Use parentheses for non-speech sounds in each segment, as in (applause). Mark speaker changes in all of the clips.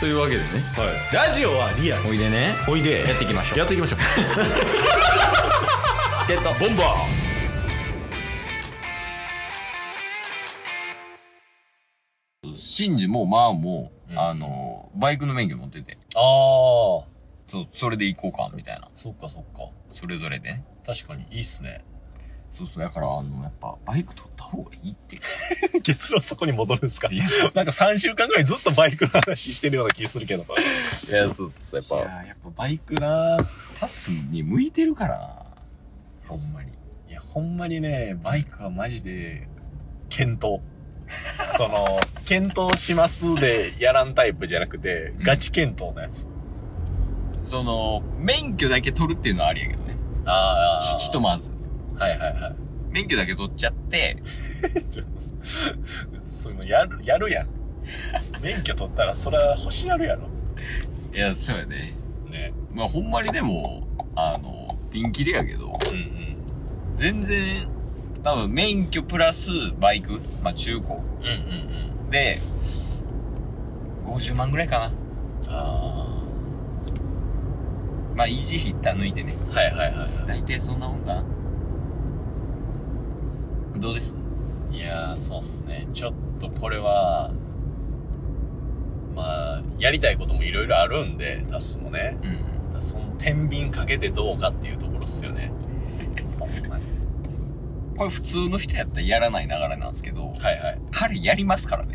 Speaker 1: というわけでね
Speaker 2: はい、ラジオはリアル
Speaker 1: おいでね
Speaker 2: おいで
Speaker 1: やっていきましょう
Speaker 2: やって
Speaker 1: (laughs)
Speaker 2: いきましょう
Speaker 1: チケットボンバーシンジもまあもう、
Speaker 2: うん
Speaker 1: あの、バイクの免許持ってて、
Speaker 2: ああ
Speaker 1: そう、それで行こうか、みたいな。
Speaker 2: そっかそっか
Speaker 1: それぞれで。
Speaker 2: 確かにいいっすね
Speaker 1: そうそう、だから、あの、やっぱ、バイク取った方がい (laughs) いって。
Speaker 2: (laughs) 結論そこに戻るんすか
Speaker 1: いや、
Speaker 2: なんか3週間ぐらいずっとバイクの話してるような気するけど
Speaker 1: いやそうそうそう、やっぱ。
Speaker 2: やっぱバイクな
Speaker 1: タスに向いてるからな。ほんまに。
Speaker 2: いやほんまにねバイクはマジで検 (laughs) 討その検討しますでやらんタイプじゃなくて
Speaker 1: うん
Speaker 2: ガチ検討のやつ、
Speaker 1: その、免許だけ取るっていうのはありやけどね。
Speaker 2: あ
Speaker 1: ひひとまず。
Speaker 2: はいはいはい
Speaker 1: 免許だけ取っちゃって、
Speaker 2: ちょっとそのやるやるやん免許取ったらそりゃ欲しなるやろ
Speaker 1: いや、そうやね。
Speaker 2: ね
Speaker 1: まあ、ほんまにでも、あの、ピンキリやけど、
Speaker 2: うんうん
Speaker 1: 全然、多分免許プラスバイク、まあ中古
Speaker 2: うんうんうん
Speaker 1: で、50万ぐらいかな。
Speaker 2: あ
Speaker 1: まあ維持費一旦抜いてね。
Speaker 2: あはいはいはいは
Speaker 1: 大体そんなもんかな。どうです
Speaker 2: いいやーそうっすねちょっとこれはまあやりたいこともいろいろあるんでタスもね
Speaker 1: うん。
Speaker 2: その天秤かけてどうかっていうところっすよね
Speaker 1: これ普通の人やったらやらない流れなんですけど、
Speaker 2: はいはい
Speaker 1: 彼やりますからね。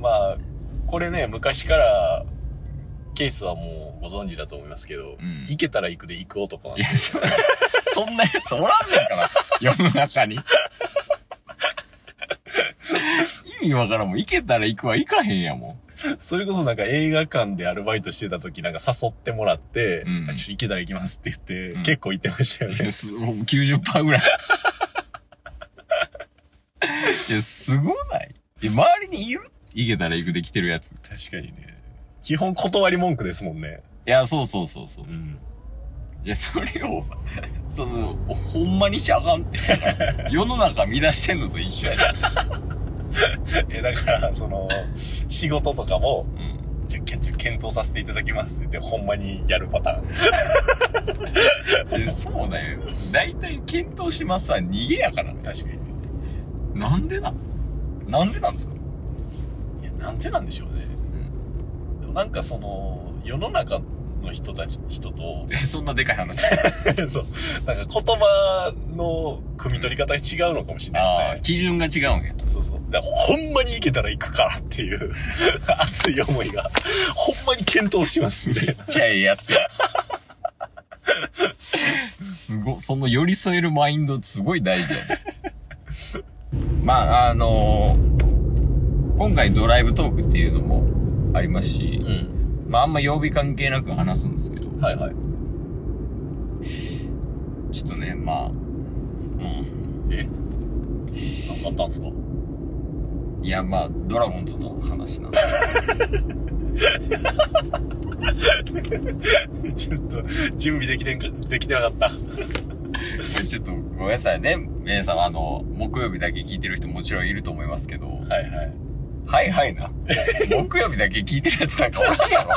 Speaker 2: まあこれね昔からケースはもうご存知だと思いますけど、
Speaker 1: うん
Speaker 2: 行けたら行くで行く男なん
Speaker 1: い
Speaker 2: で
Speaker 1: や、そ (laughs) そんなやつおらんねんから、世の中に。意味わからんもん。行けたら行くわ、行かへんやもん。
Speaker 2: それこそなんか映画館でアルバイトしてた時なんか誘ってもらって、
Speaker 1: うん
Speaker 2: あちょっと行けたら行きますって言って、
Speaker 1: うん
Speaker 2: 結構行ってましたよ
Speaker 1: い (laughs) や
Speaker 2: ね。
Speaker 1: すもう90%ぐらい。いや、すごないいや周りにいる行けたら行くで来てるやつ。い
Speaker 2: 確かにね。基本断り文句ですもんね。
Speaker 1: や、そうそうそうそう。
Speaker 2: ん。
Speaker 1: いや、それを、その、ほんまにしちゃあかんって。世の中乱してんのと一緒やで。
Speaker 2: え、だから、その、仕事とかも、
Speaker 1: うん。
Speaker 2: じゃ、けんちょ検討させていただきますって言って、ほんまにやるパターン。
Speaker 1: いやそうだよ。大体検討しますは逃げやからね。
Speaker 2: 確かにね。
Speaker 1: なんでななんでなんですか
Speaker 2: いや、なんでなんでしょうね。でもなんかその、世の中の人たち、人と、 (laughs)
Speaker 1: え、そん (laughs) なでかい話。
Speaker 2: そう、なんか言葉の汲み取り方が違うのかもしれないですね。
Speaker 1: ああ、基準が違うんや。
Speaker 2: そうそう。だからほんまに行けたら行くからっていう (laughs) 熱い思いが、ほんまに検討しますんで。
Speaker 1: ちっちゃいやつや。 (laughs) すご、その寄り添えるマインドすごい大事や (laughs) ね。まあ、あのー今回ドライブトークっていうのもありますし、
Speaker 2: ん。
Speaker 1: まああんま曜日関係なく話すんですけど、
Speaker 2: はいはい。
Speaker 1: ちょっとね、まあ、うん。
Speaker 2: え何かあったんすか
Speaker 1: いや、まあ、ドラゴンズの話なんですけ
Speaker 2: ちょっと、準備できてんか、できてなかった。
Speaker 1: どちょっとごめんなさいね。皆さん、あの、木曜日だけ聞いてる人もちろんいると思いますけど、
Speaker 2: はいはい。
Speaker 1: はいはい (laughs) な。木曜日だけ聞いてるやつなんかおらんやろ。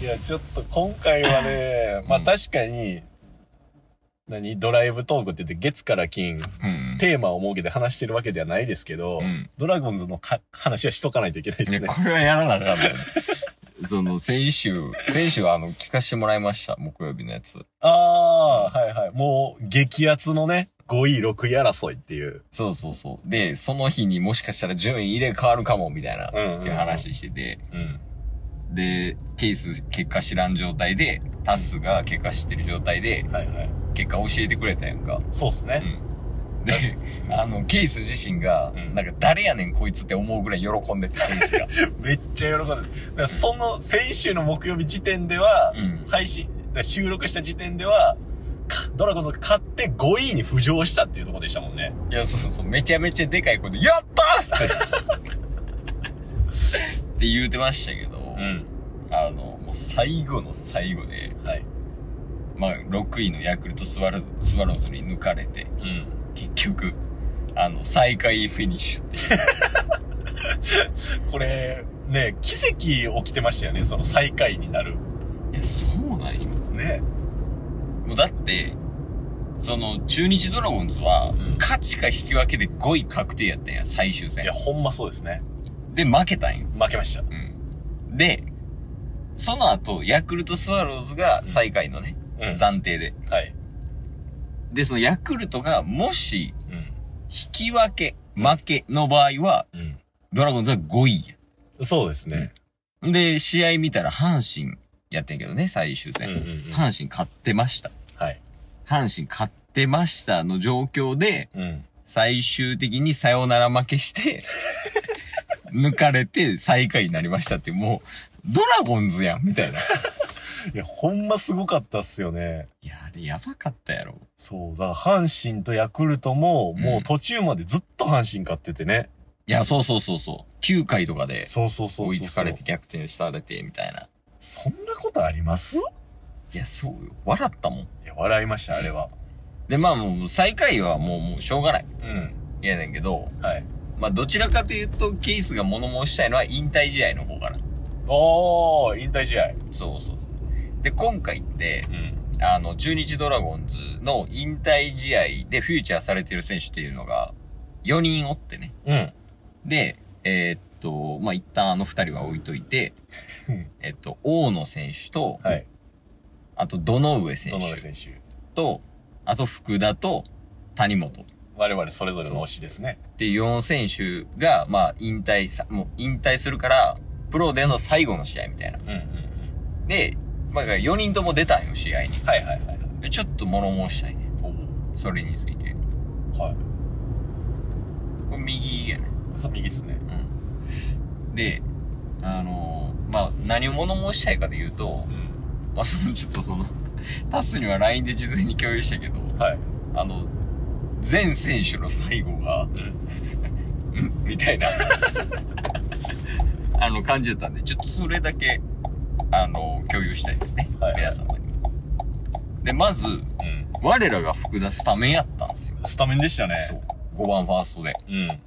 Speaker 2: いや、ちょっと今回はね、まあ
Speaker 1: うん
Speaker 2: 確かに、何ドライブトークって言って月から金、
Speaker 1: (laughs) うん。
Speaker 2: テーマを設けて話してるわけではないですけど、
Speaker 1: うん
Speaker 2: ドラゴンズのか話はしとかないといけないで
Speaker 1: い
Speaker 2: す
Speaker 1: や、
Speaker 2: ね。
Speaker 1: これはやらなあかんね。その、先週、先週はあの、聞かしてもらいました。木曜日のやつ。
Speaker 2: ああ、はいはい。もう、激アツのね、5位、6位争いっていう。
Speaker 1: そうそうそう。で、その日にもしかしたら順位入れ替わるかも、みたいな、
Speaker 2: うんうんうん
Speaker 1: っていう話してて。
Speaker 2: うん。
Speaker 1: で、ケース結果知らん状態で、タスが結果知ってる状態で、
Speaker 2: はいはい。
Speaker 1: 結果教えてくれたやんか。
Speaker 2: そうっす
Speaker 1: う
Speaker 2: ね。
Speaker 1: ん。で、あの、ケース自身が、
Speaker 2: うん
Speaker 1: なんか誰やねんこいつって思うぐらい喜んでて、ケースが。
Speaker 2: めっちゃ喜んでる。だからその、先週の木曜日時点では、
Speaker 1: (laughs) うん
Speaker 2: 配信、だから収録した時点では、かドラゴンズが勝って5位に浮上したっていうところでしたもんね。
Speaker 1: いや、そうそう、めちゃめちゃでかい声で、やったーって言うてましたけど、
Speaker 2: ん。
Speaker 1: あの、もう最後の最後で、
Speaker 2: はい。
Speaker 1: まあ、6位のヤクルトスワロスワローズに抜かれて、
Speaker 2: うん。
Speaker 1: 結局、あの、最下位フィニッシュっていう。
Speaker 2: これ、ね、奇跡起きてましたよね、その最下位になる。
Speaker 1: いや、そうなんよ。
Speaker 2: ね。
Speaker 1: もうだって、その、中日ドラゴンズは、
Speaker 2: ん
Speaker 1: 勝ちか引き分けで5位確定やったんや、最終
Speaker 2: い
Speaker 1: 戦
Speaker 2: や、。ほんまそうですね。
Speaker 1: で、負けたんよ。
Speaker 2: 負けました。
Speaker 1: うん。で、その後、ヤクルトスワローズが最下位のね、
Speaker 2: うん
Speaker 1: 暫定で。
Speaker 2: はい。
Speaker 1: で、そのヤクルトが、もし、
Speaker 2: う
Speaker 1: 引き分け、負けの場合は、
Speaker 2: ん。うん。
Speaker 1: ドラゴンズは5位や。
Speaker 2: そうですね。
Speaker 1: で、試合見たら阪神やってんけどね、最終
Speaker 2: うん
Speaker 1: 戦。
Speaker 2: うんうん
Speaker 1: 阪神勝ってました。
Speaker 2: はい。
Speaker 1: 阪神勝ってましたの状況で、
Speaker 2: うん。
Speaker 1: 最終的にサヨナラ負け
Speaker 2: (laughs)
Speaker 1: して、抜かれて最下位になりましたって、もう、ドラゴンズやん、みたいな。い
Speaker 2: いや、ほんますごかったっすよね。
Speaker 1: や、あれやばかったやろ。
Speaker 2: そう、だから阪神とヤクルトも、もう途中までずっと阪神勝っててね。
Speaker 1: いや、そうそうそうそう。9回とかで
Speaker 2: そうそうそうそ
Speaker 1: 追
Speaker 2: う。
Speaker 1: いつかれて。逆転されて、みたいな。
Speaker 2: そんなことあります
Speaker 1: いや、そうよ。笑ったもん。
Speaker 2: いや、笑いました、あれは。
Speaker 1: で、まあもう、最下位はもう、もう、しょうがない。
Speaker 2: うん。
Speaker 1: いやねんけど、
Speaker 2: はい。
Speaker 1: まあ、どちらかというと、ケースが物申したいのは引退試合の方かな。
Speaker 2: おー、引退試合。
Speaker 1: そうそうそう。で、今回って
Speaker 2: う、ん。
Speaker 1: あの、中日ドラゴンズの引退試合でフューチャーされてる選手っていうのが、4人おってね。
Speaker 2: うん。
Speaker 1: で、えーっと、まあ、一旦あの2人は置いといて
Speaker 2: うん、
Speaker 1: えっと、大野選手と、
Speaker 2: はい。
Speaker 1: あと、堂上選
Speaker 2: 野上
Speaker 1: 手
Speaker 2: 選手。
Speaker 1: と、あと、福田と、谷本っ
Speaker 2: 我々それぞれの推しですね。
Speaker 1: ていう4選手が、まあ、引退さ、もう引退するから、プロでの最後の試合みたいな。
Speaker 2: うんうんうん。
Speaker 1: で、まあ、4人とも出たんよ、試合に。
Speaker 2: はいはいはいはい。
Speaker 1: でちょっと物申したいね。
Speaker 2: お
Speaker 1: それについて。
Speaker 2: ーはい。
Speaker 1: これ右やね。
Speaker 2: そう右っすね。
Speaker 1: うん。で、あのーまあ、何を物申したいかで言うと
Speaker 2: う、ん。
Speaker 1: まあ、その、ちょっとその、タスには LINE で事前に共有したけど、
Speaker 2: はい。
Speaker 1: あの、全選手の最後が、
Speaker 2: うん。
Speaker 1: んみた
Speaker 2: (laughs)
Speaker 1: いな、あの、感じだったんで、ちょっとそれだけ、あの、共有したいですね。
Speaker 2: はい
Speaker 1: 皆様に。で、まず、
Speaker 2: うん。
Speaker 1: 我らが福田スタメンやったんですよ。
Speaker 2: スタメンでしたね。
Speaker 1: そう。5番ファーストで。
Speaker 2: うん。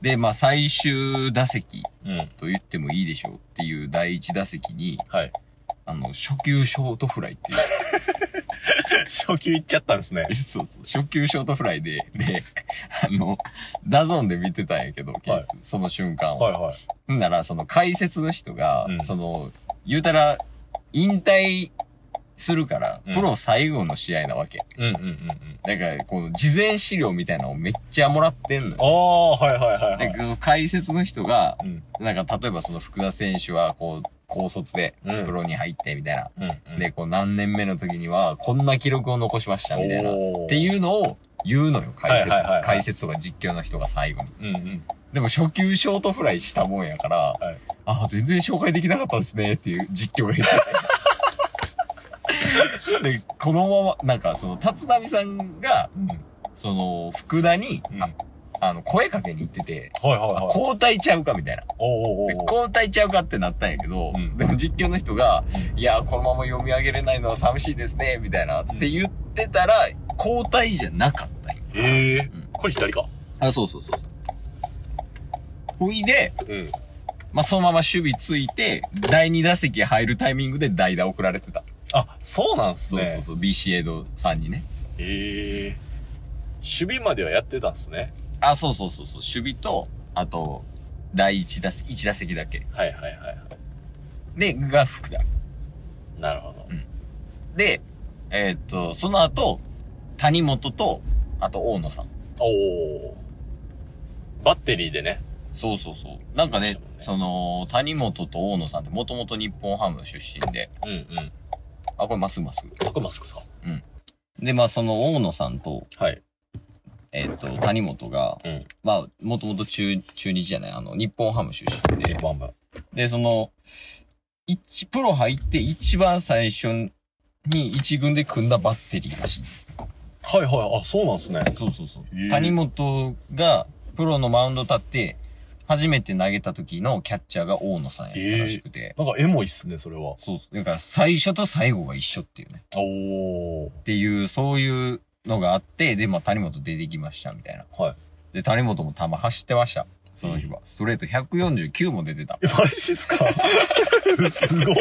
Speaker 1: で、まあ、最終打席
Speaker 2: うん。
Speaker 1: と言ってもいいでしょうっていう第一打席に、
Speaker 2: はい。
Speaker 1: あの、初級ショートフライっていう。
Speaker 2: (laughs) 初級いっちゃったんですね。
Speaker 1: そうそう。初級ショートフライで、で、あの、ダゾンで見てたんやけど、ケース。その瞬間を。
Speaker 2: はいはい。
Speaker 1: んなら、その解説の人が、
Speaker 2: うん
Speaker 1: その、言うたら、引退するから、
Speaker 2: うん
Speaker 1: プロ最後の試合なわけ。
Speaker 2: うんうんうんうん。
Speaker 1: だから、この事前資料みたいなのをめっちゃもらってんのよ。
Speaker 2: あー、はいはいはい
Speaker 1: だ
Speaker 2: はい。
Speaker 1: けど、解説の人が、
Speaker 2: うん。
Speaker 1: なんか、例えばその福田選手は、こう、高卒で、
Speaker 2: うん
Speaker 1: プロに入って、みたいな。
Speaker 2: うんうん。
Speaker 1: で、こう何年目の時には、こんな記録を残しました、みたいな。っ
Speaker 2: おー
Speaker 1: ていうのを言うのよ、解説。
Speaker 2: はいはいはいはい
Speaker 1: 解説とか実況の人が最後に。
Speaker 2: うんうん。
Speaker 1: でも初級ショートフライしたもんやから、
Speaker 2: はい
Speaker 1: あ、全然紹介できなかったですね、っていう実況が
Speaker 2: (laughs)
Speaker 1: 言って。で、このまま、なんかその、立浪さんが、
Speaker 2: うん。はい
Speaker 1: その、福田に、
Speaker 2: うん
Speaker 1: ああの、声かけに行ってて、
Speaker 2: はい
Speaker 1: あ
Speaker 2: はい。
Speaker 1: 交代ちゃうかみたいな。
Speaker 2: おーお
Speaker 1: で
Speaker 2: ーおー
Speaker 1: 交代ちゃうかってなったんやけど、
Speaker 2: うん
Speaker 1: でも実況の人が、
Speaker 2: う
Speaker 1: いや、このまま読み上げれないのは寂しいですね、みたいな、って言ってたら、交代じゃなかったんよ。
Speaker 2: え
Speaker 1: ん
Speaker 2: えー。これ左か。
Speaker 1: あ、そうそうそうそう。ほいで、
Speaker 2: うん。
Speaker 1: まあ、そのまま守備ついて、第2打席入るタイミングで代打送られてた。
Speaker 2: あ、そうなんす
Speaker 1: そ
Speaker 2: ね。
Speaker 1: うそうそう、BC エイドさんにね。
Speaker 2: ええ守備まではやってたんですね。
Speaker 1: あ、そうそうそうそう、守備と、あと、第1打席、1打席だけ。
Speaker 2: はいはいはいは
Speaker 1: で、が福田。
Speaker 2: い。なるほど。
Speaker 1: で、えーっと、その後、谷本と、あと大野さん。
Speaker 2: おお。バッテリーでね。
Speaker 1: そうそうそう。なんかね、
Speaker 2: そうね
Speaker 1: その、谷本と大野さんってもともと日本ハム出身で、
Speaker 2: うんうん。
Speaker 1: あ、これまっすぐまっす
Speaker 2: タクマスクさん。
Speaker 1: ぐ。で、まあその大野さんと、
Speaker 2: はい。
Speaker 1: えっ、と、谷本が、
Speaker 2: うん
Speaker 1: まあ、もともと中、中日じゃない、あの、日本ハム出身で、
Speaker 2: バンバン。
Speaker 1: で、その、一、プロ入って一番最初に一軍で組んだバッテリーらしい。
Speaker 2: はいはい。あ、そうなんすね。
Speaker 1: そうそうそう
Speaker 2: へ。え
Speaker 1: 谷本がプロのマウンド立って、初めて投げた時のキャッチャーが大野さんやったらしくて。
Speaker 2: なんかエモいっすね、それは。
Speaker 1: そうそう。だから最初と最後が一緒っていうね。
Speaker 2: おお。
Speaker 1: っていう、そういうのがあって、で、まあ谷本出てきましたみたいな。
Speaker 2: はい。
Speaker 1: で、谷本も球走ってました。その日は。ストレート149も出てた。
Speaker 2: マジっす (laughs) かす
Speaker 1: (laughs)
Speaker 2: ごっ。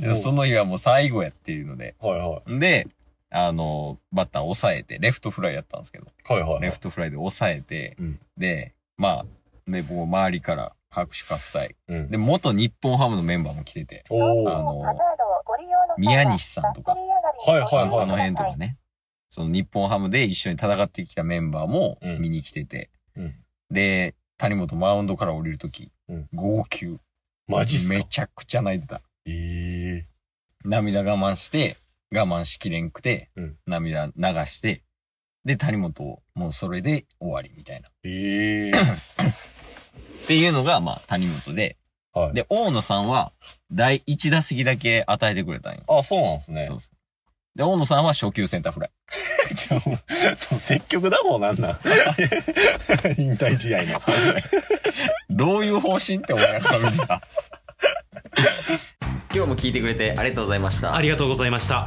Speaker 2: もう
Speaker 1: その日はもう最後やっていうので。
Speaker 2: はいは
Speaker 1: で、あの、バッター抑えて、レフトフライやったんですけど、
Speaker 2: い。はいはい、は
Speaker 1: レ
Speaker 2: い
Speaker 1: フ。トフライで抑えて、
Speaker 2: うん
Speaker 1: で、まあ、で、僕周りから拍手喝采。
Speaker 2: うん
Speaker 1: で、元日本ハムのメンバーも来てて、
Speaker 2: お
Speaker 1: あ
Speaker 2: ー。
Speaker 1: の宮
Speaker 3: 宮
Speaker 1: 西
Speaker 3: 西
Speaker 1: さ
Speaker 3: さ
Speaker 1: ん
Speaker 3: ん
Speaker 1: と
Speaker 3: と
Speaker 1: か
Speaker 3: か、
Speaker 2: はいはいはい
Speaker 1: あの辺とかね、その日本ハムで一緒に戦ってきたメンバーも
Speaker 2: うん
Speaker 1: 見に来てて、
Speaker 2: うん
Speaker 1: で、谷本マウンドから降りるとき、
Speaker 2: うん
Speaker 1: 号泣。
Speaker 2: マジっすか
Speaker 1: めちゃくちゃ泣いてた。
Speaker 2: えー。
Speaker 1: 涙我慢して、我慢しきれんくて、
Speaker 2: うん
Speaker 1: 涙流して、で、谷本をもうそれで終わりみたいな。
Speaker 2: ええ
Speaker 1: っていうのが、まあ、谷本で。
Speaker 2: はい。
Speaker 1: で、大野さんは、第1打席だけ与えてくれたんよ。
Speaker 2: あ、そうなんですね
Speaker 1: そ。うそう。で、大野さんは初級センターフライ。
Speaker 2: じゃあもう (laughs) その積極打法 (laughs) なんなん引退試合 (laughs) の。
Speaker 1: どういう方針って思いながら見てた。今日も聞いてくれてありがとうございました。
Speaker 4: ありがとうございました。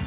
Speaker 4: す